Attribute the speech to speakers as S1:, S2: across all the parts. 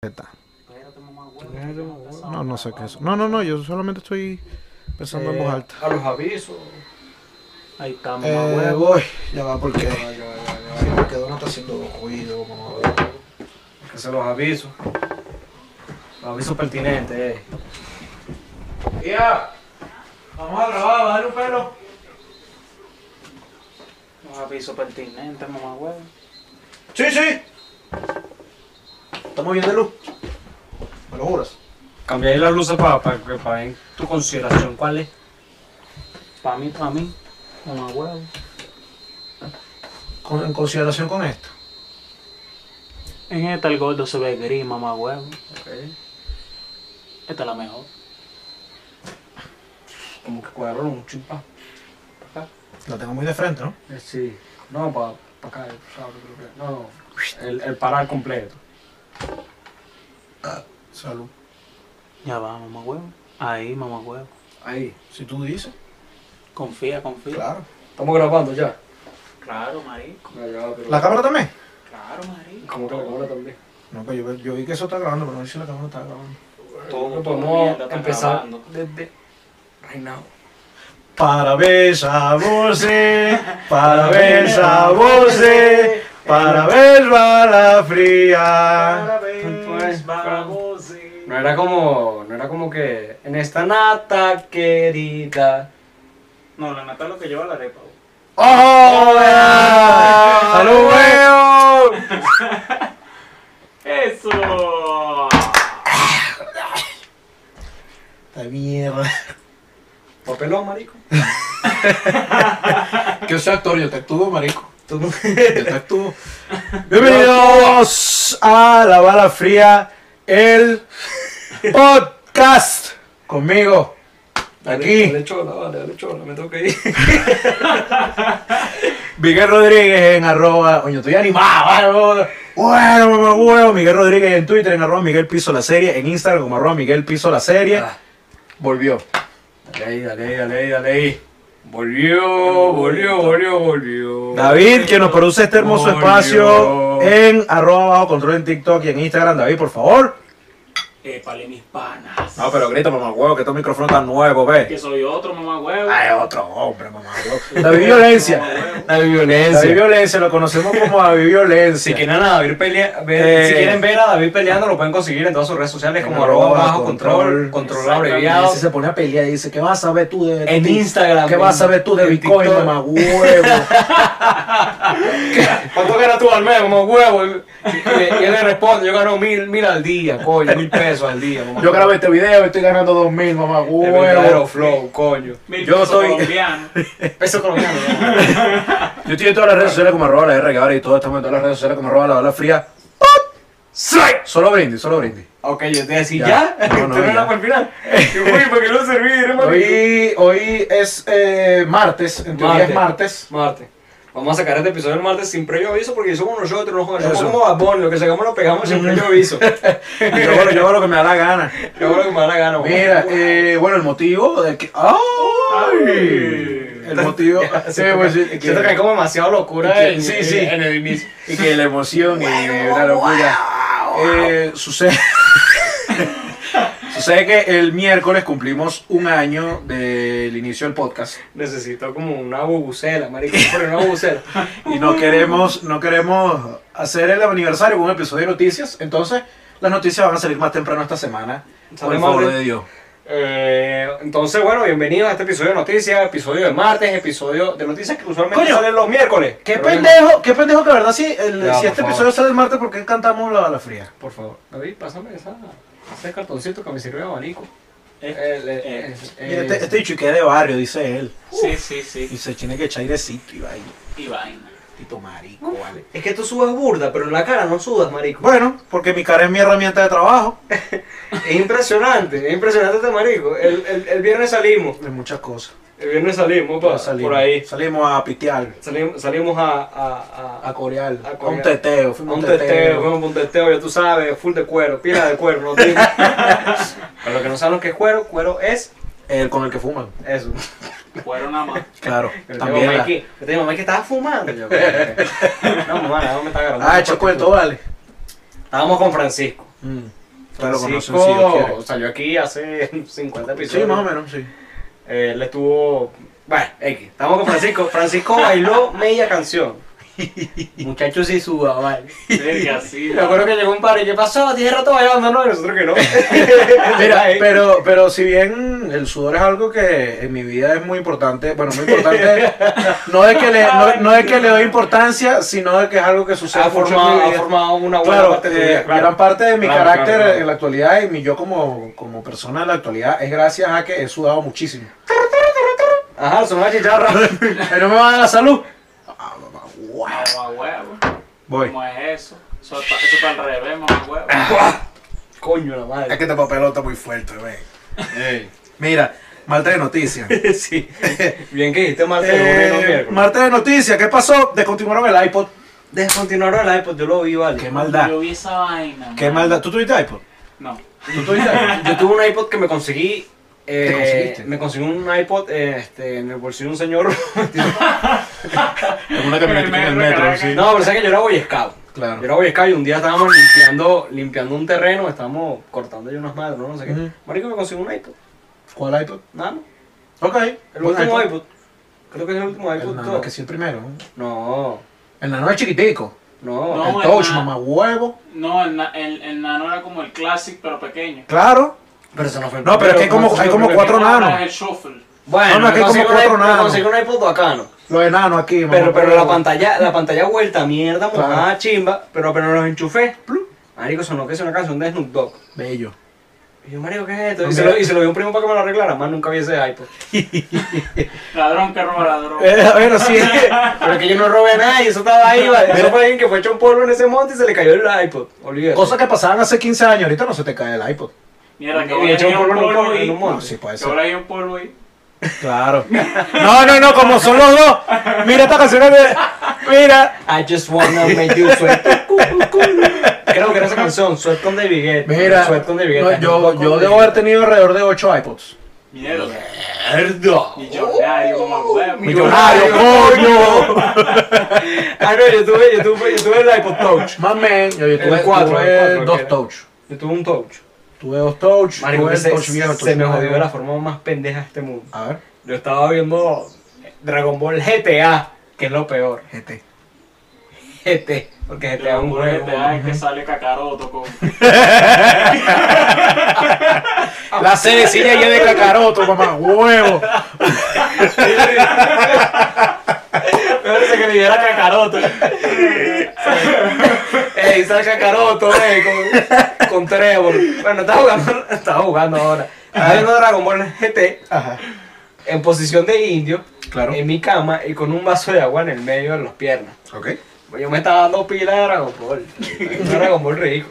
S1: croqueta. No, no sé qué es. No, no, no, yo solamente estoy pensando en voz alta.
S2: A los avisos.
S3: Ahí estamos,
S1: Eh,
S3: más huevo.
S1: voy. Ya va, porque.
S2: Ya va, ya va, ya va, ya va.
S1: Porque Dona está haciendo ruido. como-
S2: Que se los aviso. Los avisos pertinentes, eh. Tía, vamos a grabar, bajar un pelo.
S3: Un aviso pertinente, mamá huevo.
S2: Sí, sí.
S1: ¿Estamos bien de luz? ¿Me lo juras?
S2: Cambiaré las luces para pa, que- pa en tu consideración. ¿Cuál es?
S3: Pa' mí, pa' mí. Mamá huevo.
S1: Con- en consideración con esto.
S3: En esta el gordo se ve gris, mamá huevo. Esta es la mejor.
S2: Como que cuadraron un chimpa. Para acá.
S1: La tengo muy de frente, ¿no?
S2: Eh, sí. No, para pa acá. eh, claro, creo que- No, no. El, el parar completo.
S1: Salud.
S3: Ya va, mamá huevo. Ahí, mamá huevo.
S2: Ahí.
S1: Si tú dices.
S3: Confía, confía.
S1: Claro.
S2: Estamos grabando ya.
S3: Claro, marico.
S2: Ya, ya, pero-
S1: ¿La cámara también?
S3: Claro, marico.
S2: Como que la cámara también.
S1: No, pues yo, yo vi que eso está grabando, pero no sé si la cámara está grabando.
S3: Todo,
S2: No
S3: todo
S2: podemos
S3: mierda, está
S2: empezar
S3: grabando.
S2: desde right now.
S1: Para besabose, para
S2: besabose, para
S1: besar la fría.
S3: Pues vamos.
S2: No era como, no era como que en esta nata querida.
S3: No, la nata es lo que lleva la arepa. güey.
S2: ¡Oh!
S1: ¡Salud,
S2: weón!
S3: ¡Eso!
S1: Esta mierda.
S2: Papelón, marico.
S1: Que soy actor, yo te actúo, marico.
S2: Tú-
S1: Yo te actúo. Bienvenidos a La Bala Fría, el podcast conmigo. Aquí,
S2: Dale chola, vale, dale chola, me tengo que ir.
S1: Miguel Rodríguez en arroba. Oye, estoy animado. ¿vale? Bueno, mamá, bueno. Miguel Rodríguez en Twitter en arroba Miguel Piso la serie. En Instagram como arroba Miguel Piso la serie.
S2: Ah,
S1: Volvió.
S2: Dale ahí, dale ahí, dale ahí, dale ahí. Volvió, volvió, volvió, volvió.
S1: David, que nos produce este hermoso
S2: Volvió.
S1: espacio en arroba bajo control en TikTok y en Instagram. David, por favor.
S3: Épale, mis panas.
S1: No, pero grita, mamá, huevo, que este micrófono está nuevo, ve.
S3: Que soy otro, mamá huevo.
S1: Ay, Ah, otro hombre, mamá. huevo. David Violencia.
S2: David Violencia.
S1: David Violencia, lo conocemos como David
S2: Si
S1: Violencia.
S2: quieren, a David pelea, ver-
S1: Eh.
S2: si quieren ver a David peleando, lo pueden conseguir en todas sus redes sociales
S1: En
S2: como
S1: arroba
S2: arroba bajo
S1: control,
S2: control, control abreviado.
S1: se pone a pelear y dice, ¿qué vas a ver tú de
S2: En Instagram.
S1: ¿Qué
S2: en-
S1: vas a saber tú de
S2: en
S1: Bitcoin,
S2: TikTok.
S1: mamá huevo?
S2: ¿Cuánto ganas tú al mes, mamá huevo? Y, y- y él le responde, yo gano mil, mil al día, coño, mil pesos al día, mamá.
S1: Yo grabé este video y estoy ganando 2000, mamá
S2: El verdadero
S1: huevo.
S2: flow, coño.
S3: Mil
S1: Yo
S3: pesos
S1: soy-
S3: colombianos.
S2: Peso colombiano. ¿no?
S1: Yo estoy en todas las redes sociales como arroba la R que ahora y todo estamos en todas las redes sociales como arroba la bala fría.
S2: Strike.
S1: Solo brindis, solo brindis.
S2: Ok, yo te voy a decir,
S1: Ya.
S2: ¿ya?
S1: No, no,
S2: ¿Tú no
S1: ya.
S2: eras para el final? Yo fui, ¿por qué no serví? eh, Eres marico.
S1: Hoy, hoy es eh, martes, en teoría es martes.
S2: Martes. Vamos a sacar este episodio el martes sin previo aviso porque somos nosotros, no jugamos. Somos
S1: Eso.
S2: como Bad Bunny, lo que sacamos lo pegamos sin previo aviso.
S1: Yo hago, yo hago lo que me da la gana.
S2: Yo creo que me da la gana.
S1: Mira, eh, bueno, el motivo de que. ¡Ay! El motivo. Sí, pues, sí, que-
S2: Siento que hay como demasiado locura
S1: que-
S2: en,
S1: sí,
S2: en-
S1: sí.
S2: en el inicio.
S1: y que la emoción y la locura. Eh, sucede, sucede que el miércoles cumplimos un año del inicio del podcast
S2: Necesito como una bubucela, marico. Pero una bubucela.
S1: y no queremos, no queremos hacer el aniversario con un episodio de noticias, entonces las noticias van a salir más temprano esta semana. Por el
S2: Sale más
S1: favor
S2: de-
S1: de Dios.
S2: Eh, entonces, bueno, bienvenidos a este episodio de noticias, episodio de martes, episodio de noticias que usualmente
S1: Coño.
S2: salen los miércoles.
S1: Qué
S2: Pero
S1: pendejo, qué pendejo que verdad si, el-
S2: Ya,
S1: si
S2: por
S1: este
S2: favor.
S1: episodio sale el martes, ¿por qué cantamos la bala fría?
S2: bueno, Por favor, David, pásame esa, ese cartoncito que me sirve de abanico.
S3: Eh,
S2: El- el-
S3: eh.
S2: el-
S1: Mira, este, este dicho que es de barrio, dice él.
S3: Sí, sí, sí.
S1: Dice, tiene que echar airecito y vaina.
S3: Y vaina.
S1: Tito marico, vale.
S2: Es que tú sudas burda, pero en la cara no sudas, marico.
S1: Bueno, porque mi cara es mi herramienta de trabajo.
S2: Es impresionante, es impresionante este marico. El, el- el viernes salimos,
S1: De muchas cosas.
S2: el viernes salimos, pa,
S1: Salimos-
S2: por ahí.
S1: Salimos a pitear,
S2: Salimos, salimos a, a, a,
S1: a corear,
S2: A
S1: a,
S2: corear.
S1: un teteo.
S2: a
S1: fuimos a
S2: un teteo, fuimos a un teteo, ya tú sabes, full de cuero, pila de cuero, no digo. Para los que no saben lo que es cuero, cuero es
S1: El con el que fuman.
S2: eso.
S3: Fueron nada más.
S1: Claro.
S2: Pero tengo
S1: también.
S2: mamá
S1: la-
S2: que, yo tengo mamá que estaba fumando. Yo, como que, no, mamá, no me está agarrando.
S1: Ah, echa Ah, cuento, vale.
S2: Estábamos con Francisco.
S1: Mm. Ustedes lo conocen si Dios quiere.
S2: Francisco salió aquí hace 50
S1: Sí,
S2: episodios.
S1: más o menos, sí.
S2: Él estuvo. Bueno, X. Estamos con Francisco. Francisco bailó media canción. Muchachos sí suba, vale.
S3: Verga, sí.
S2: Me acuerdo que llegó un padre y ¿qué pasó? Tiene rato bailando, ¿no? Y nosotros que no. eh,
S1: Mira, pero, pero si bien el sudor es algo que en mi vida es muy importante, bueno, muy importante, no es que le, no, no es que le doy importancia, sino de que es algo que sucede
S2: ha
S1: mucho en
S2: formado,
S1: mi
S2: ha
S1: vida.
S2: formado una buena
S1: Claro,
S2: parte de tu
S1: eh,
S2: vida, claro.
S1: gran parte de mi
S2: Claro,
S1: carácter
S2: claro, claro.
S1: en la actualidad y mi yo como, como persona en la actualidad es gracias a que he sudado muchísimo.
S2: Ajá, son una chicharra.
S1: Pero no me va a dar la salud. Ah, mamá, guau.
S3: Mamá huevo.
S1: Voy. Ah,
S3: ¿Cómo es eso? Eso es pa- eso es para al revés, mamá huevo.
S2: Coño, la
S1: Es
S2: madre.
S1: que te papelota muy fuerte, güey.
S2: Ey.
S1: Mira, martes de noticias.
S2: sí. Bien que dijiste martes, lunes, no
S1: Eh,
S2: miércoles.
S1: martes de noticias, ¿qué pasó? Descontinuaron el iPod.
S2: Descontinuaron la iPod, yo lo vi, vale.
S1: Qué maldad.
S3: Yo vi esa vaina.
S1: Qué
S3: man.
S1: maldad. ¿Tú tuviste iPod?
S3: No.
S1: ¿Tú tuviste iPod?
S2: Yo tuve un iPod que me conseguí. eh,
S1: ¿Te conseguiste?
S2: Me conseguí un iPod eh, este, en el bolsillo de un señor.
S1: En una
S3: camionetica en el metro, sí.
S2: no, pero sabes que yo era Boy Scout. Yo
S1: Claro.
S2: era Boy Scout y un día estábamos limpiando, limpiando un terreno, estábamos cortando yo unas madres, no, No sé qué.
S1: Ujú.
S2: Marico me consiguió un iPod.
S1: ¿Cuál iPod?
S2: Nano.
S1: Ok.
S2: El último iPod. Creo que es el último
S1: El
S2: iPod.
S1: nano,
S2: todo.
S1: que sí, el primero. ¿no?
S2: No,
S1: El nano es chiquitico.
S2: no.
S3: No,
S1: el
S3: el
S1: touch,
S3: nano.
S1: mamá huevo.
S3: No, el, na- el, el nano era como el classic, pero pequeño.
S1: Claro.
S2: Pero eso no fue el
S1: No, pero es que hay como-
S2: eso
S1: hay
S2: fue
S1: como
S2: el
S1: cuatro
S2: primero.
S1: nanos.
S3: Ahora es el shuffle.
S1: No,
S2: Bueno,
S1: no,
S2: me
S1: es que hay como
S2: conseguí un
S1: cuatro
S2: iPod- me
S1: nanos.
S2: conseguí un iPod bacano.
S1: Lo de nano aquí, mamá.
S2: Pero, pero la
S1: huevo.
S2: pantalla, la pantalla vuelta, mierda, mojada,
S1: Claro.
S2: chimba, pero apenas los enchufé, ¡plum! marico, sonó que es una canción de Snoop Dogg.
S1: Bello.
S2: Y yo, marico, ¿qué es esto?
S1: No,
S2: Y se,
S1: mira.
S2: lo, y se lo dio a un primo para que me lo arreglara, más nunca vi ese iPod.
S3: Ladrón que roba ladrón.
S1: Eh, bueno, sí.
S2: Pero es que yo no robé nada y eso estaba ahí, vale. Eso fue alguien que fue hecho un polvo en ese monte y se le cayó el iPod, olvídate.
S1: Cosas que pasaban hace 15 años. Ahorita no se te cae el iPod.
S3: Mierda, que
S2: No,
S3: ahora
S2: echó
S3: hay
S2: un
S3: un
S2: polvo en un
S3: polvo
S2: polvo,
S3: ahí.
S2: en un monte.
S1: No, sí puede
S3: Que
S1: ser.
S3: ahora hay un polvo ahí.
S1: Claro. No, no, no, como son los dos. Mira esta canción es de. Mira.
S2: I just wanna make you sweat. Creo que era esa canción, Sweat con David Guetta.
S1: Mira.
S2: Sweat con David
S1: no,
S2: Guetta. Sweat
S1: yo,
S2: con
S1: yo
S2: David
S1: debo
S2: Guetta.
S1: haber tenido alrededor de 8 iPods.
S3: Mierda.
S2: Mierda.
S3: Millonario, mamá
S1: Uh,
S3: huevo.
S1: Millonario, coño.
S2: Ah, no, yo tuve, yo tuve, yo tuve el iPod Touch.
S1: Mamen. Yo, yo
S2: El
S1: tuve,
S2: cuatro,
S1: tuve
S2: el cuatro,
S1: dos
S2: que era.
S1: touch.
S2: Yo tuve un Touch.
S1: Tuve dos touch.
S2: Marico,
S1: tuve
S2: que
S1: el
S2: se,
S1: touch viejo, el
S2: se
S1: touch
S2: me
S1: nuevo.
S2: jodió de la forma más pendeja de este mundo.
S1: A ver.
S2: Yo estaba viendo Dragon Ball GTA, que es lo peor.
S1: GT.
S2: GT, porque
S3: Te
S2: GTA es un juego.
S3: que sale cacaroto con.
S1: La cerecilla ya de cacaroto, mamá. Huevo.
S2: Pero se que le diera Kakaroto. Ey, está Kakaroto, ey, con, con Trevor. Bueno, estaba jugando, estaba jugando ahora. Estaba viendo Dragon Ball GT
S1: Ajá.
S2: en posición de indio,
S1: Claro.
S2: en mi cama y con un vaso de agua en el medio de las piernas. Pues
S1: Ok.
S2: Yo me estaba dando pila de Dragon Ball. Un Dragon Ball rico.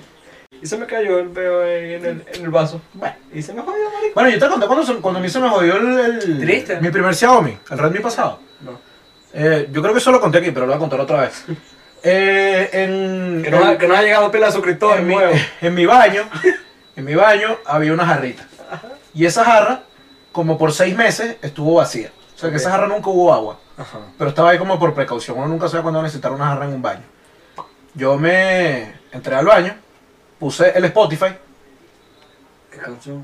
S2: Y se me cayó el peo ahí en el, en el vaso. Bueno, y se me jodió, marico.
S1: Bueno, yo te conté cuando, se- cuando a mí se me jodió el, el-
S2: Triste.
S1: mi primer Xiaomi, el Redmi pasado.
S2: No.
S1: Eh, yo creo que eso lo conté aquí, pero lo voy a contar otra vez. Eh, en,
S2: Que no, ha-
S1: en-
S2: que no ha llegado pila de suscriptores
S1: en mi,
S2: nuevos.
S1: en mi baño, en mi baño había una jarrita. Y esa jarra, como por seis meses, estuvo vacía. O sea, que
S2: Ok.
S1: esa jarra nunca hubo agua.
S2: Ajá.
S1: Pero estaba ahí como por precaución. Uno nunca sabe cuándo va a necesitar una jarra en un baño. Yo me entré al baño, puse el Spotify.
S2: ¿Qué canción?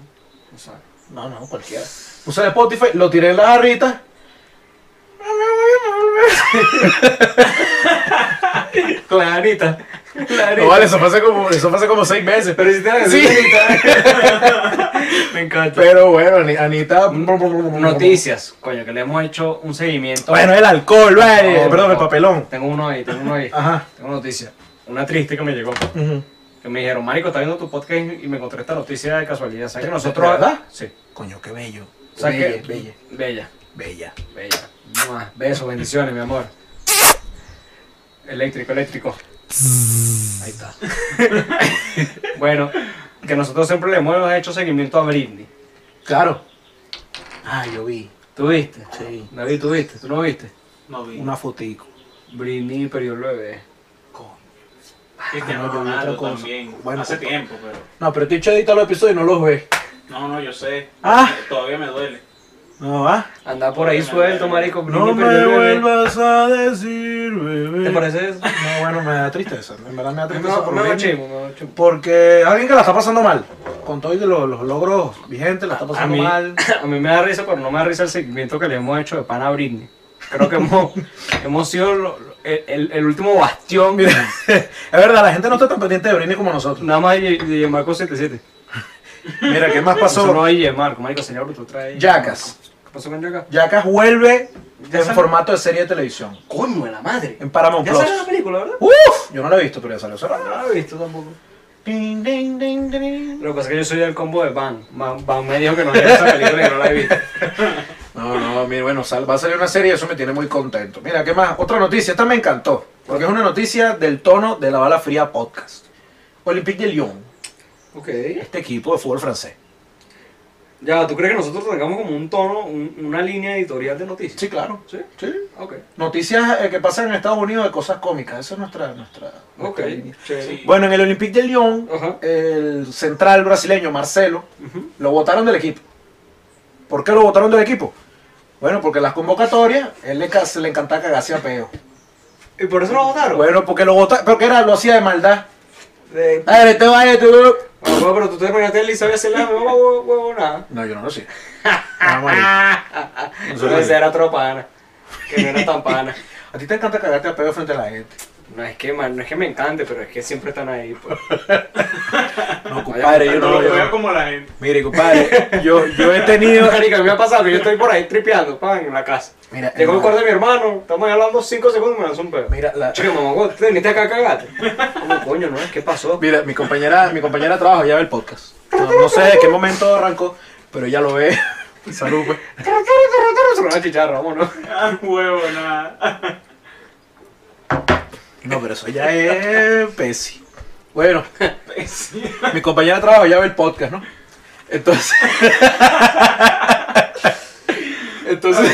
S2: No sabe.
S1: No, no, cualquiera. Puse el Spotify, lo tiré en la jarrita.
S2: Clarita. Clarita.
S1: No vale, eso fue hace como, eso fue hace como seis meses.
S2: Pero si te la
S1: Sí.
S2: Me encanta.
S1: Pero bueno, Ani- Anita.
S2: Noticias, coño, que le hemos hecho un seguimiento.
S1: Bueno, el alcohol, vale.
S2: No,
S1: Perdón,
S2: no.
S1: el papelón. Ah.
S2: Tengo uno ahí, tengo uno ahí.
S1: Ajá.
S2: Tengo noticia. Una triste que me llegó.
S1: Ujú.
S2: Que me dijeron, Marico, está viendo tu podcast y me encontré esta noticia de casualidad. ¿Sabes que
S1: ¿De- de
S2: nosotros.
S1: verdad?
S2: Sí.
S1: Coño, qué bello.
S2: O sea
S1: bella,
S2: que-
S1: bella,
S2: Bella,
S1: bella.
S2: bella. Mua, Besos, bendiciones, mi amor. Eléctrico, eléctrico. Ahí está. bueno, que nosotros siempre le hemos hecho seguimiento a Britney.
S1: Claro. Ah, yo vi.
S2: ¿Tú viste?
S1: Sí.
S2: David, ¿tú viste? ¿Tú no viste?
S3: No vi.
S1: Una fotico.
S2: Britney perdió el bebé.
S1: Coño.
S3: Cristiano
S1: Ah, no, yo vi otra
S3: Ronaldo
S1: cosa.
S3: también.
S1: Bueno,
S3: Hace
S1: pues-
S3: tiempo, pero.
S1: No, pero te he hecho editar los episodios y no los ves.
S3: No, no, yo sé.
S1: Ah.
S3: Todavía me duele.
S1: No va.
S2: Anda por ahí suelto, marico.
S1: No
S2: niño
S1: me
S2: perdido, bebé.
S1: vuelvas a decir, bebé.
S2: ¿Te parece eso?
S1: No, bueno, me da tristeza. En verdad me da tristeza
S2: No,
S1: por
S2: no,
S1: mí.
S2: chimo, no, chimo.
S1: Porque alguien que la está pasando mal, con todo y de los, los logros vigentes, la está
S2: A
S1: pasando
S2: mí,
S1: mal.
S2: a mí me da risa, pero no me da risa el seguimiento que le hemos hecho de pan a Britney. Creo que hemos, hemos sido lo- lo- el, el- el último bastión.
S1: Mira, es verdad, la gente no está tan pendiente de Britney como nosotros.
S2: Nada más de, de Marco 77.
S1: Mira, ¿qué más
S2: Eso no
S1: pasó?
S2: hay de Marco, marico, sería bruto. Trae
S1: Jackass.
S2: ¿Qué pasó con Jackass?
S1: Jackass vuelve
S2: Ya
S1: en
S2: salió.
S1: formato de serie de televisión.
S2: Coño, de la madre.
S1: En Paramount
S2: Ya
S1: Plus.
S2: salió la película, ¿verdad?
S1: Uf, yo no la he visto, pero ya salió.
S2: No
S1: Salió.
S2: la he visto tampoco.
S1: Ding, ding, ding, ding.
S2: Lo que pasa es que yo soy del combo de Van. Van, Van me dijo que no había esa película y que no la he visto.
S1: No, no, mira, bueno, sal- va a salir una serie y eso me tiene muy contento. Mira, ¿qué más? Otra noticia, esta me encantó, porque es una noticia del tono de la Bala Fría Podcast. Olympique de Lyon,
S2: Ok.
S1: este equipo de fútbol francés.
S2: Ya, ¿tú crees que nosotros tengamos como un tono, un- una línea editorial de noticias?
S1: Sí, claro.
S2: ¿Sí?
S1: Sí.
S2: Ok.
S1: Noticias eh, que pasan en Estados Unidos de cosas cómicas. Esa es nuestra, nuestra,
S2: Ok.
S1: nuestra línea.
S2: chévere.
S3: Sí.
S1: Bueno, en el Olympique de Lyon,
S2: Ajá.
S1: el central brasileño Marcelo
S2: Ujú.
S1: lo votaron del equipo. ¿Por qué lo votaron del equipo? Bueno, porque en las convocatorias él le, ca- se le encantaba cagarse a peo.
S2: ¿Y por eso lo votaron?
S1: Bueno, porque lo votaron, porque era, lo hacía de maldad.
S2: Eh,
S1: A ver, te va este, huevo.
S2: ah, bueno, pero tú te imaginaste a Elizabeth Celada, me mamá huevo, huevo, nada.
S1: No, yo no lo sé. Vamos ahí.
S2: Eso era otro pana, que no era tan pana.
S1: A ti te encanta cagarte a peo frente a la gente.
S2: No es que, man, no es que me encante, pero es que siempre están ahí. Pues.
S1: No, compadre, yo no lo
S3: veo
S1: veo.
S3: como la gente.
S1: Mire, compadre, yo, yo he tenido.
S2: Marica, a mí me ha pasado que yo estoy por ahí tripeando, pan, en la casa.
S1: Mira,
S2: Llegó el
S1: hermano.
S2: cuarto de mi hermano, estamos ahí hablando 5 segundos y me lanzó un pedo.
S1: Mira, la,
S2: Che, mamá, vos te viniste acá a cagarte. ¿Cómo coño, no? ¿Qué pasó?
S1: Mira, mi compañera, mi compañera de trabajo ya ve el podcast. No, no sé de qué momento arrancó, pero ella lo ve. Salud, pues.
S2: Sonó la chicharra, vámonos.
S3: Ah, huevo, nada.
S1: No, pero eso ya es pesi. Bueno, mi compañera de trabajo ya ve el podcast, ¿no? Entonces. Entonces.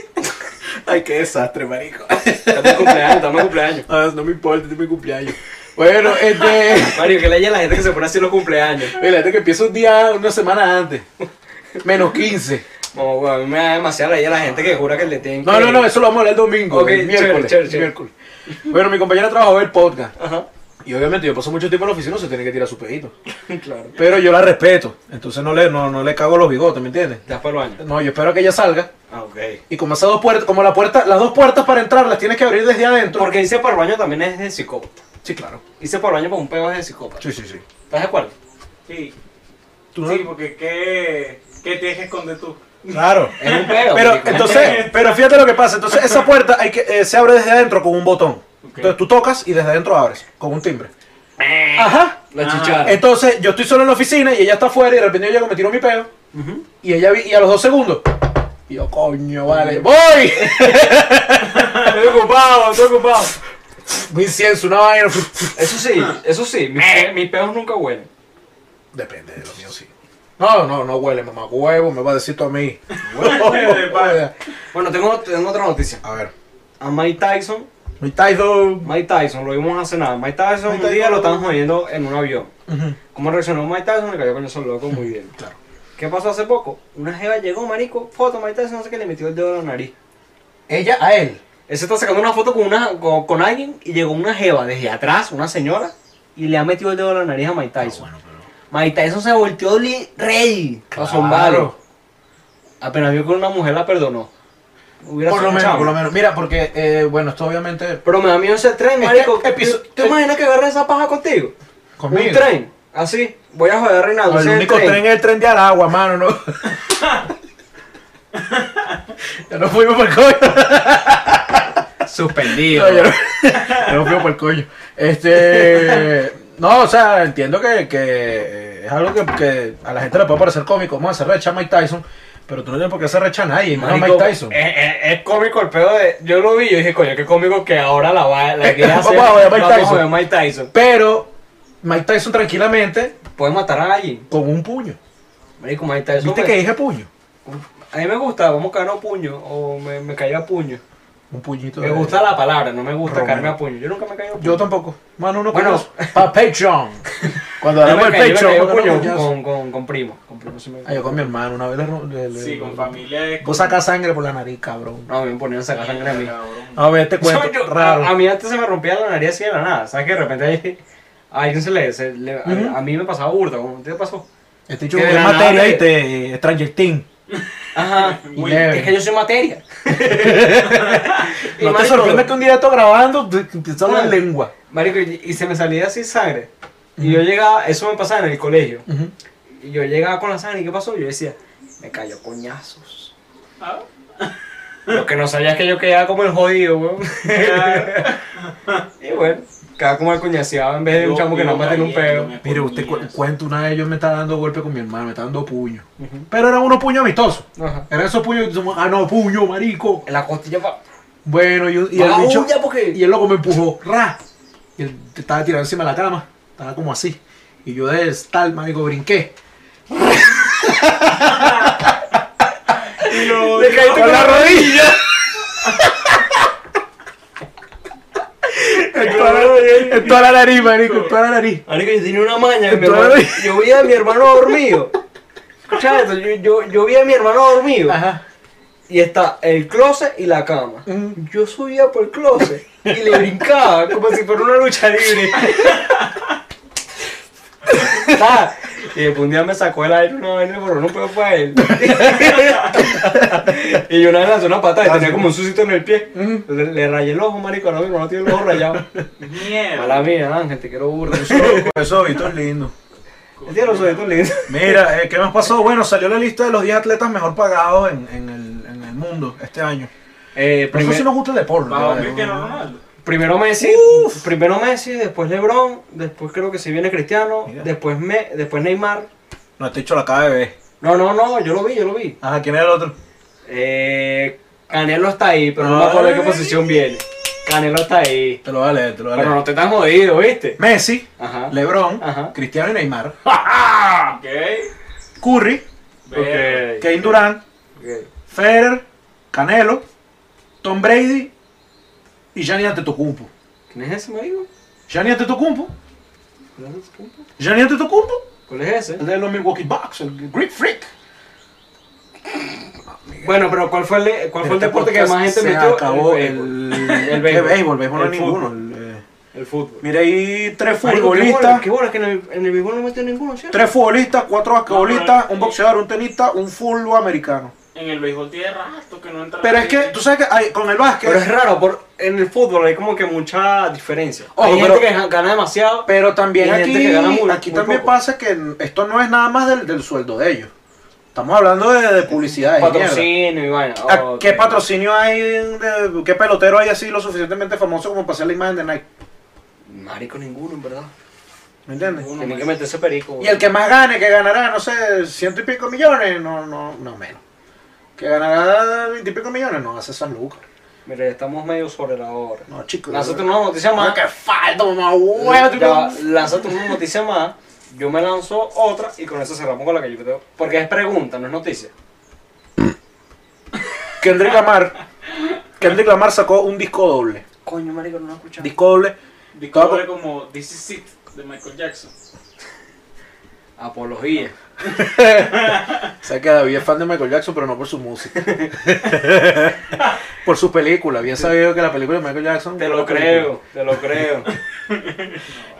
S1: Ay, qué desastre, marico.
S2: Estamos en cumpleaños, estamos en cumpleaños.
S1: Ah, No me importa, este es mi cumpleaños. Bueno, este.
S2: Mario, que le haya a la gente que se pone así los cumpleaños.
S1: Mira, este que empieza un día, una semana antes. Menos 15.
S2: Mamá, huevo, a mí me da demasiada ley a la gente que jura que le tienen
S1: No,
S2: que-
S1: no, no, eso lo vamos a hablar el domingo.
S2: Ok,
S1: el miércoles.
S2: chévere, chévere,
S1: miércoles. Bueno, mi compañera trabajó el podcast.
S2: Ajá.
S1: Y obviamente yo paso mucho tiempo en la oficina, se tiene que tirar su pedito.
S2: Claro.
S1: Pero yo la respeto. Entonces no le, no, no le cago los bigotes, ¿me entiendes?
S2: ¿Te vas para el baño?
S1: No, yo espero que ella salga.
S2: Ah, ok.
S1: Y como esas dos puertas, como la puerta, las dos puertas para entrar las tienes que abrir desde adentro.
S2: Porque irse para el baño también es de psicópata.
S1: Sí, claro.
S2: Irse para el baño para un pedo es de psicópata.
S1: Sí, sí, sí.
S2: ¿Estás de acuerdo?
S3: Sí.
S1: Tú no-
S3: Sí, porque ¿qué, qué tienes que esconder tú?
S1: Claro.
S2: Es un pedo.
S1: Pero
S2: marico.
S1: entonces, pero fíjate lo que pasa. Entonces esa puerta hay que, eh, se abre desde adentro con un botón. Entonces tú tocas y desde adentro abres con un timbre. Ajá.
S2: La
S3: Ah.
S2: chicharra.
S1: Entonces, yo estoy solo en la oficina y ella está afuera y de repente yo llego, me tiro mi peo. Y ella vi- y a los dos segundos. Y yo, coño, vale, voy.
S2: Estoy ocupado, estoy ocupado.
S1: Un incienso, una vaina.
S2: Eso sí, eso sí. Mis,
S1: Eh.
S2: pe- mis pedos nunca huelen.
S1: Depende de lo mío, sí. No, no, no huele, mamá. Huevo, me va a decir tú a mí.
S3: De pana.
S2: Bueno, tengo, tengo otra noticia.
S1: a ver.
S2: A Mike Tyson.
S1: Mi Taido.
S2: Mike Tyson, lo vimos hace nada. Mike Tyson
S1: Mike
S2: un día
S1: Tyson.
S2: lo estaban jodiendo en un avión.
S1: Ujú.
S2: ¿Cómo reaccionó Mike Tyson? Le cayó con esos locos muy bien.
S1: Claro.
S2: ¿Qué pasó hace poco? Una jeva llegó, marico, foto, Mike Tyson, no sé qué, le metió el dedo a la nariz.
S1: Ella a él.
S2: Él se está sacando una foto con, una, con, con alguien y llegó una jeva desde atrás, una señora, y le ha metido el dedo a la nariz a Mike Tyson.
S1: Ah,
S2: Mike Tyson se volteó li- rey, asombrado. Apenas vio que una mujer la perdonó. Hubiera
S1: Por
S2: sido
S1: lo
S2: un
S1: menos,
S2: chavo.
S1: por lo menos. Mira, porque, eh, bueno, esto obviamente.
S2: Pero me da miedo ese tren,
S1: que
S2: marico.
S1: episo-
S2: ¿Tú- ¿Te imaginas que agarre esa paja contigo?
S1: Conmigo.
S2: Un tren, así. Voy a joder a
S1: No,
S2: Reinaldo.
S1: el
S2: ese es
S1: único tren. es el tren de Aragua, mano, ¿no? ya no fuimos por el coño.
S2: Suspendido.
S1: No, ya no, ya no fuimos por el coño. Este. No, o sea, entiendo que, que eh, es algo que, que a la gente le puede parecer cómico. Vamos a hacer recha a Mike Tyson. Pero tú no tienes por qué hacer recha a nadie, y más a
S2: Marico, eh.
S1: Mike Tyson.
S2: Es, es- es cómico el pedo de. Yo lo vi y yo dije, coño, qué cómico que ahora la va la quiere hacer.
S1: Vamos a joder a Mike
S2: Vamos
S1: Tyson.
S2: joder a Mike Tyson.
S1: Pero Mike Tyson tranquilamente
S2: Puede matar a alguien.
S1: con un puño.
S2: Marico, Mike Tyson.
S1: ¿Viste
S2: me-
S1: que dije puño?
S2: A mí me gusta, vamos a caernos a puño. O me, me cayó a puño.
S1: Un puñito
S2: Me
S1: de-
S2: gusta la palabra, no me gusta
S1: Romero.
S2: caerme a puño. Yo nunca me he caído a puño.
S1: Yo tampoco. Mano, no
S2: Bueno.
S1: Para Patreon. Cuando
S2: Yo me
S1: hablamos el
S2: caí- yo me caí a
S1: Patreon.
S2: puño
S1: no, coñazo.
S2: con, con, con primo. Con primo sí me
S1: Ah, yo con mi hermano, una vez le. le- le-
S4: Sí, con familia es.
S1: Vos sacas sangre por la nariz, cabrón.
S2: No, me ponían sacar sangre a mí.
S4: Cabrón.
S1: A ver, te cuento.
S2: Yo- yo-
S1: raro.
S2: A, a mí antes se me rompía la nariz así de la nada. ¿Sabes que de repente ahí- a alguien se le. se le- a-
S1: Ujú.
S2: a, mí me pasaba burda. ¿Cómo te pasó?
S1: Este dicho
S2: que de
S1: es
S2: la
S1: materia
S2: nada
S1: y
S2: te-
S1: te. eh, Stranger Things.
S2: Ajá.
S1: Y
S4: Muy-
S1: leve.
S2: Es que yo soy materia. Y,
S1: No te
S2: marico,
S1: sorprende que un día estoy grabando, te- te empieza a hablar
S2: Ah.
S1: lengua.
S2: Marico, y, y se me salía así sangre. Y yo llegaba, eso me pasaba en el colegio. Y yo llegaba con la sangre y ¿qué pasó? Yo decía, me cayó coñazos.
S4: Ah.
S2: Lo que no sabía es que yo quedaba como el jodido, weón. y bueno, quedaba como el coñaseado en vez de un
S4: Yo-
S2: chamo que
S4: yo
S2: nada más tiene un pedo.
S4: cayéndome
S1: Mire,
S4: por
S1: usted cu-
S4: mías.
S1: cuenta, una vez yo me estaba dando golpe con mi hermano, me estaba dando puño.
S2: Ujú.
S1: Pero eran unos puños amistosos.
S2: Ajá.
S1: Eran esos puños que somos, ah, no, puño, marico.
S2: En la costilla pa...
S1: Bueno, y, un- y
S2: pa' la
S1: el bicho,
S2: uña, Ah, porque...
S1: y el loco me empujó, ra. Y él estaba tirado encima de la cama, estaba como así. Y yo de tal, marico, brinqué.
S2: Le caíste con la
S1: rodilla. en, toda la, en toda la nariz, marico, en toda la nariz.
S2: Marico, yo tenía una maña.
S1: Entró
S2: mi hermano-
S1: ahí.
S2: yo vi a mi hermano dormido. Escucha esto, yo, yo, yo vi a mi hermano dormido.
S1: Ajá.
S2: Y está el closet y la cama.
S1: Mm.
S2: Yo subía por el closet y le brincaba como si fuera una lucha libre. Ta. Y después un día me sacó el aire una vaina por un pedo fue él. y yo una vez lanzó una patada y tenía como un sucito en el pie.
S1: Mm.
S2: Le, le rayé el ojo, marico. Ahora mi hermano tiene el ojo rayado. Mala
S4: Mierda.
S2: mía, Ángel, te quiero burro.
S1: Eso, Víctor, lindo.
S2: El día de los ojitos lindos.
S1: Mira, eh, ¿qué más pasó? Bueno, salió la lista de los 10 atletas mejor pagados en, en el, en el mundo este año.
S2: Eh,
S1: Por eso
S2: primer-
S1: sí nos gusta el deporte.
S4: Bajo
S1: ¿vale?
S4: Cristiano Ronaldo.
S2: Primero Messi, primero Messi, después LeBron, después creo que se viene Cristiano,
S1: Mira.
S2: después Me- después Neymar.
S1: No, este hecho la acaba de ver.
S2: No, no, no, yo lo vi, yo lo vi.
S1: Ajá, ¿quién es el otro?
S2: Eh, Canelo está ahí, pero no me acuerdo de qué posición viene. Canelo está ahí.
S1: Te lo voy a leer, te lo voy a
S2: Pero
S1: leer.
S2: Ah, no te estás jodido, ¿viste?
S1: Messi,
S2: Ajá.
S1: LeBron,
S2: Ajá.
S1: Cristiano y Neymar,
S4: Ah, ok.
S1: Curry,
S4: Ver-
S2: Ok.
S1: Kevin Durant,
S2: Ok.
S1: Federer, Canelo, Tom Brady y Gianni Antetokounmpo.
S2: ¿Quién es ese, marico?
S1: Gianni Antetokounmpo,
S2: ¿Cuál es ese?
S1: Gianni Antetokounmpo,
S2: ¿Cuál es ese?
S1: el de los Milwaukee Bucks, el Greek Freak.
S2: Bueno, pero ¿cuál fue el, cuál fue el
S1: Este
S2: deporte que
S1: podcast
S2: más gente
S1: se
S2: metió?
S1: acabó el,
S2: béisbol.
S1: el béisbol.
S2: béisbol.
S1: ¿Qué béisbol, béisbol no
S2: El
S1: hay
S2: fútbol.
S1: ninguno. el, eh.
S2: El fútbol.
S1: Mira ahí tres
S2: Marico, qué bola,
S1: futbolistas,
S2: Qué bola que en el, en el béisbol no metió ninguno, ¿cierto?
S1: tres futbolistas, cuatro basquetbolistas,
S4: pero-
S1: un boxeador, un tenista, un fútbol americano.
S4: En el béisbol tiene rato que no entra.
S1: Pero es que tú sabes que hay- con el básquet,
S2: Pero es raro, por, en el fútbol hay como que mucha diferencia.
S1: Ojo,
S2: hay gente
S1: pero-
S2: que ja- gana demasiado.
S1: Pero también
S2: Hay
S1: aquí,
S2: gente que gana muy-
S1: aquí
S2: muy
S1: también
S2: poco.
S1: pasa que esto no es nada más del, del sueldo de ellos. Estamos hablando de, de publicidad. de mierda.
S2: patrocinio y vaina. Oh,
S1: ¿A
S2: ok.
S1: ¿Qué patrocinio hay? de- ¿Qué pelotero hay así lo suficientemente famoso como para hacer la imagen de Nike?
S2: Marico ninguno, en verdad.
S1: ¿Me entiendes?
S4: Ninguno.
S2: Tienen que meterse perico.
S1: Y el que más gane, que ganará, no sé, ciento y pico millones, no, no, no menos. Que ganará veintipico millones, no hace San Lucas.
S2: Mire, estamos medio sobre la hora.
S1: No, chicos.
S2: Lánzate una noticia
S1: No,
S2: más.
S1: que falta, mamá,
S2: Ya,
S1: huevo, tú no-
S2: Lánzate una noticia más. Yo me lanzo otra y con eso cerramos con la que yo tengo. Porque es pregunta, no es noticia.
S1: Kendrick Lamar. Kendrick Lamar sacó un disco doble.
S2: Coño, marico, no lo he escuchado.
S1: Disco doble.
S4: Discobre como This Is It de Michael Jackson.
S2: Apología.
S1: O sea que David es fan de Michael Jackson, pero no por su música. por su película. Bien sabido que la película de Michael Jackson.
S2: Te lo creo, te lo creo.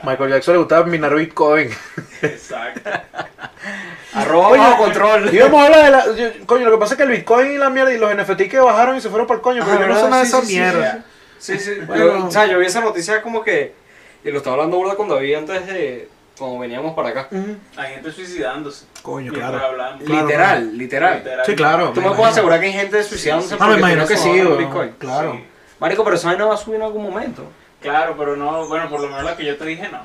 S1: Michael Jackson le gustaba minar Bitcoin.
S4: Exacto.
S2: Arroba bajo control.
S1: Y vamos a hablar de la. yo- coño, lo que pasa es que el Bitcoin y la mierda y los NFT que bajaron y se fueron para el coño. Pero
S2: Ah,
S1: yo no sé
S2: ¿verdad?
S1: nada de
S2: Sí,
S1: esa
S2: sí, sí,
S1: mierda.
S2: sí, Sí, sí.
S1: Bueno.
S2: yo, o sea, yo vi esa noticia como que. Y lo estaba hablando burda con David antes de. Cuando veníamos para acá.
S1: Ujú.
S4: Hay gente suicidándose.
S1: Coño,
S4: Mientras
S1: claro.
S4: hablamos.
S1: Claro,
S2: literal,
S1: claro.
S2: literal,
S4: Literal.
S1: Sí, claro.
S2: Tú me puedes asegurar que hay gente suicidándose
S1: Ah, me
S2: porque
S1: imagino
S2: tiene
S1: que
S2: esa
S1: sí,
S2: vaina en
S1: weón.
S2: Bitcoin.
S1: Claro.
S4: Sí.
S2: Marico, pero esa vaina va a subir en algún momento.
S4: Claro, pero no, bueno, por lo menos la que yo te dije no.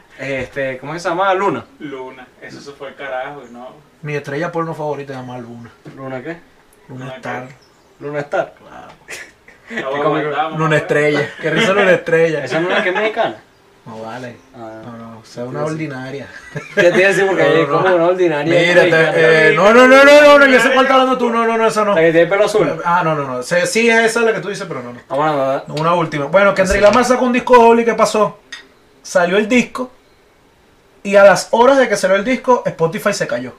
S2: Este, ¿cómo es que se llama? Luna.
S4: Luna, eso se fue el carajo, y no.
S1: Mi estrella porno favorita se llama Luna.
S2: ¿Luna qué?
S1: Luna
S4: Luna
S1: Star.
S2: Luna Star.
S4: No
S2: cómico.
S4: aguantamos,
S1: Luna
S4: ¿no?
S1: Estrella. Qué risa Luna Estrella.
S2: Esa luna que es mexicana.
S1: No vale.
S2: Ah.
S1: No, no, o sea, una ordinaria.
S2: ¿Qué te iba a decir? Porque ahí es como una ordinaria.
S1: Mira, te-
S4: Ricardo.
S1: eh, no, no, no, no, no, no, yo sé cuál está hablando tú. No, no, no, esa no.
S2: La que tiene pelo azul. Ah,
S1: Ah, no, no, no. Se- Sí, es esa la que tú dices, pero no, no.
S2: Vamos a ver.
S1: Una última. Bueno, Kendrick Lamar sacó un disco doble y ¿qué pasó? Salió el disco y a las horas de que salió el disco, Spotify se cayó.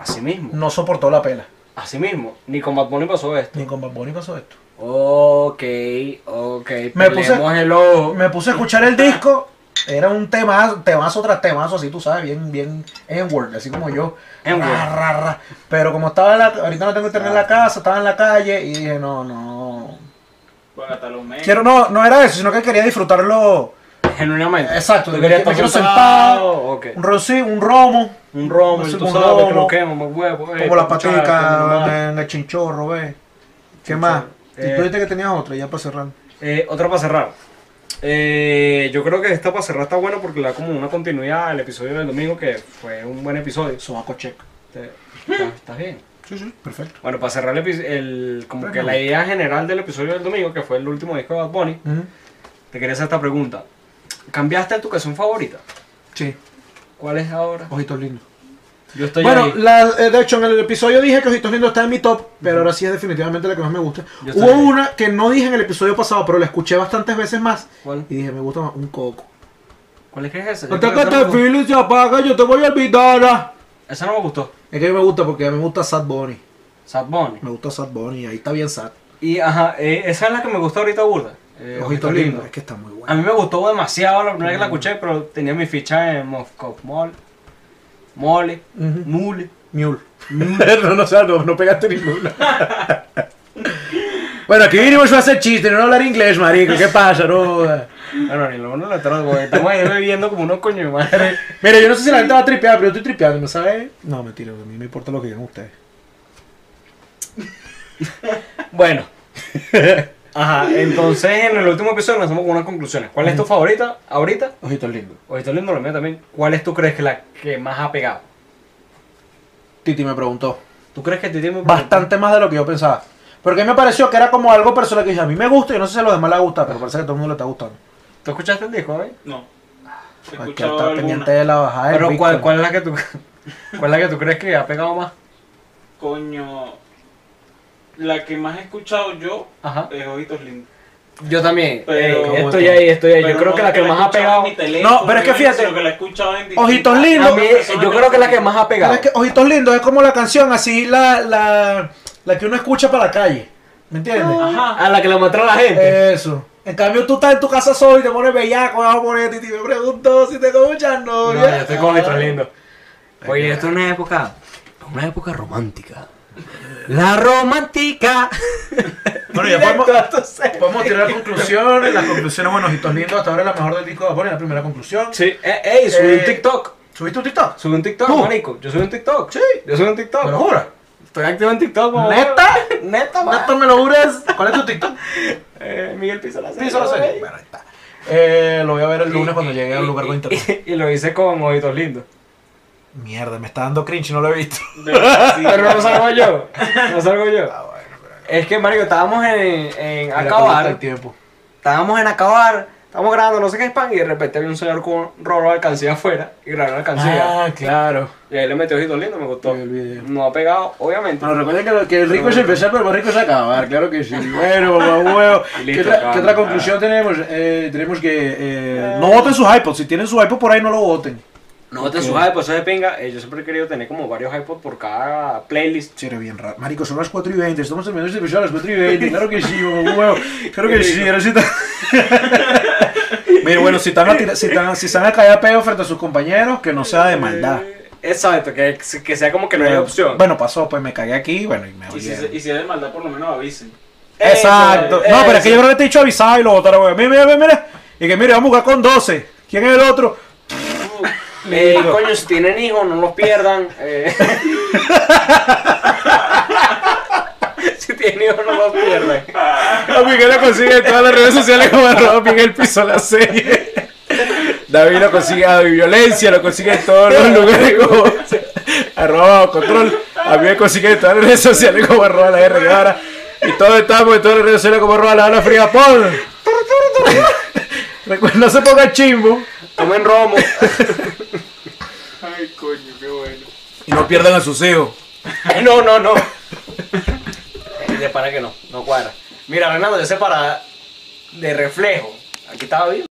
S2: Así mismo.
S1: No soportó la pela.
S2: Así mismo. Ni con Bad Bunny pasó esto.
S1: Ni con Bad Bunny pasó esto.
S2: Ok, ok.
S1: Me puse-
S2: pelemos el ojo.
S1: Me puse a escuchar el disco. Era un temazo, temazo tras temazo, así tú sabes, bien, bien N-word, así como yo.
S2: N-word. Ah.
S1: Ra, ra, ra. Pero como estaba en la, ahorita no tengo internet en la casa, estaba en la calle y dije, no, no.
S4: Bueno, hasta los meses.
S1: Quiero, no, no era eso, sino que quería disfrutarlo.
S2: Genuinamente.
S1: Exacto,
S2: Tú
S1: me,
S2: querías
S1: me quiero
S2: tomar un
S1: sentar.
S2: trago, ok.
S1: Un rosí, un romo.
S2: Un romo,
S1: Un
S2: tú
S1: romo,
S2: sabes, que
S1: como-
S2: lo quemo, me huevo. eh,
S1: Como la
S2: escuchar, como normal.
S1: patica, en el chinchorro, ve. ¿Qué más? Y
S2: Eh.
S1: tú dijiste que tenías otra, ya para cerrar.
S2: Eh, otra para cerrar. Eh, yo creo que esta para cerrar está buena porque le da como una continuidad al episodio del domingo que fue un buen episodio.
S1: Sobaco check.
S2: Te- ¿Estás estás bien?
S1: Sí, sí, perfecto.
S2: Bueno, para cerrar el, epi- el- como que
S1: Bueno.
S2: la idea general del episodio del domingo, que fue el último disco de Bad Bunny,
S1: Ujú.
S2: te quería hacer esta pregunta. ¿Cambiaste tu canción favorita?
S1: Sí,
S2: ¿Cuál es ahora?
S1: ojitos lindos.
S2: Yo estoy
S1: bueno,
S2: ahí.
S1: la- eh, de hecho en el episodio dije que Ojitos Lindos está en mi top, pero ahora sí es definitivamente la que más me gusta.
S2: Yo
S1: Hubo
S2: también.
S1: una que no dije en el episodio pasado, pero la escuché bastantes veces más
S2: ¿Cuál?
S1: y dije, me gusta más un coco.
S2: ¿Cuál es que es esa? Yo
S1: Hasta
S2: creo
S1: que
S2: que esa no
S1: te
S2: me gustó.
S1: files se apaga, yo te voy a olvidar. ah.
S2: Esa no me gustó.
S1: Es que me gusta porque a mí me gusta Sad Bunny.
S2: Sad Bunny.
S1: Me gusta Sad Bunny, ahí está bien Sad.
S2: Y ajá, eh, esa es la que me gusta ahorita burda. Eh,
S1: Ojitos
S2: Ojitos
S1: Lindos, es que está muy
S2: A
S1: bueno.
S2: mí me gustó demasiado la primera vez que la escuché, pero tenía mi ficha en Moscop Mall. Mole,
S1: Ujú.
S2: Mule.
S1: Mule. no, no, o sea, no, no pegaste ninguna. bueno, aquí vinimos a hacer chistes, no a hablar inglés, marico. ¿Qué pasa? No. eh.
S2: Bueno, ni lo uno ni lo otro, porque estamos ahí bebiendo como unos coño de madre.
S1: Mira, yo no sé si la gente va a tripear, pero yo estoy tripeando, ¿me sabes? No, mentira, a mí me importa lo que digan ustedes.
S2: Bueno. Ajá, entonces en el último episodio nos hacemos con unas conclusiones. ¿Cuál es tu favorita ahorita?
S1: Ojitos lindos.
S2: O esto lindo la mía también. ¿Cuál es tú crees que la que más ha pegado?
S1: Titi me preguntó.
S2: ¿Tú crees que te tiene
S1: Bastante más de lo que yo pensaba. Porque a mí me pareció que era como algo personal que dije, a mí me gusta y no sé si a los demás les gusta, pero parece que a todo el mundo le está gustando.
S2: ¿Tú escuchaste el disco, eh?
S4: No. He
S1: Hay que
S4: escuchado
S1: estar
S4: alguna.
S1: pendiente de la bajada. del
S2: Pero ¿cuál,
S1: Bitcoin.
S2: cuál es la que tú ¿Cuál es la que tú crees que ha pegado más?
S4: Coño. La que más he escuchado yo
S2: Ajá.
S4: es Ojitos Lindos.
S2: Yo también.
S4: Pero-
S2: Eh, estoy ahí, estoy ahí. Yo
S4: Pero
S2: creo
S4: no
S2: que la que
S4: he
S2: más ha
S4: escuchado
S2: pegado.
S4: en mi teléfono,
S1: No, pero es que fíjate,
S4: sino que la he escuchado en
S1: Ojitos
S4: distintas-
S1: Lindos,
S2: A mí,
S4: personas
S2: eh, yo creo que la que más
S1: Pero
S2: ha pegado.
S1: es que Ojitos lindos es como la canción, así la, la, la que uno escucha para la calle. ¿Me entiendes?
S4: Ajá.
S2: A la que la mostró la gente.
S1: Eso. En cambio, tú estás en tu casa solo y te pones bellaco, vas a poner Titi. Me pregunto si tengo mucha
S2: No,
S1: novia.
S2: yo estoy con Ojitos Lindos. Oye, esto es una época. Una época romántica. La romántica.
S1: Bueno, ya podemos, podemos tirar conclusiones. Las conclusiones, bueno, Ojitos lindos, hasta ahora es la mejor del disco de Bonnie, la primera conclusión.
S2: Sí, eh, ey, subí
S1: Eh,
S2: un TikTok.
S1: ¿Subiste un TikTok?
S2: Subí un TikTok,
S1: ¿Tú?
S2: marico. Yo subí un TikTok.
S1: Sí.
S2: Yo subí un TikTok.
S1: ¿Me lo juras?
S2: Estoy activo en TikTok. mamá.
S1: ¿Neta?
S2: Neta, ma.
S1: ¿Nata me lo juras? ¿Cuál es tu TikTok?
S2: Eh, Miguel Pizarro.
S1: Sí, solo sé. Bueno, ahí está. Eh, lo voy a ver el lunes cuando llegue al lugar con internet.
S2: Y, y lo hice con Ojitos Lindos.
S1: Mierda, me está dando cringe, no lo he visto.
S4: De verdad, sí.
S2: Pero no salgo yo. No salgo yo. Es que, marico, estábamos en, en acabar.
S1: El tiempo.
S2: Estábamos en acabar. Estábamos grabando no sé qué spam y de repente había un señor con un rolo de alcancía afuera y grabó la alcancía.
S1: Ah, claro.
S2: Y ahí le metió ojitos lindo, me gustó.
S1: Vi el video.
S2: No ha pegado, obviamente.
S1: Bueno, recuerden que, lo- que el rico es empezar, pero el más rico es acabar, claro que sí. Bueno, mamá huevo. ¿Qué,
S2: Listo,
S1: otra-
S2: acabamos.
S1: qué otra conclusión tenemos? Eh, tenemos que eh, no voten sus iPods. Si tienen su iPod por ahí, no lo voten.
S2: No te subas de de pinga. Eh, yo siempre he querido tener como varios iPods por cada playlist.
S1: Sí, era bien raro. Marico, son las 4 y 20. Estamos terminando este episodio a las 4 y 20. Claro que sí, mamá huevo. Claro que sí. ahora sí está- Mira, bueno, si están, a tira- si, están, si están a caer a peo frente a sus compañeros, que no sea de maldad.
S2: Eh, Exacto, que, que sea como que no hay opción.
S1: Bueno, pasó, pues me cagué aquí bueno, y me
S4: Y si,
S1: olvidé.
S4: se- y si es de maldad, por lo menos avisen.
S1: Exacto.
S2: Eso,
S1: no, pero es que yo
S2: eso.
S1: creo que te he dicho avisar y lo votaron. güey. Mira, mira, mira. Y que mire, vamos a jugar con 12. ¿Quién es el otro?
S2: Eh, coño, si tienen hijos, no los pierdan. eh. si tienen hijos, no los pierdan.
S1: A Ah, Miguel lo consigue en todas las redes sociales como arroba Miguel Piso la serie. David lo consigue a Violencia, lo consigue en todos los lugares como arroba control. A mí me consigue en todas las redes sociales como arroba la R Guevara. Y todos estamos en todas las redes sociales como arroba la Ana Fría Pon. Recuerda, no se ponga chimbo.
S2: Tomen romo.
S4: Ay, coño, qué bueno.
S1: Y no pierdan a sus hijos.
S2: Ay, no, no, no. De para que no, no cuadra. Mira, Fernando, yo sé para de reflejo. Aquí estaba bien.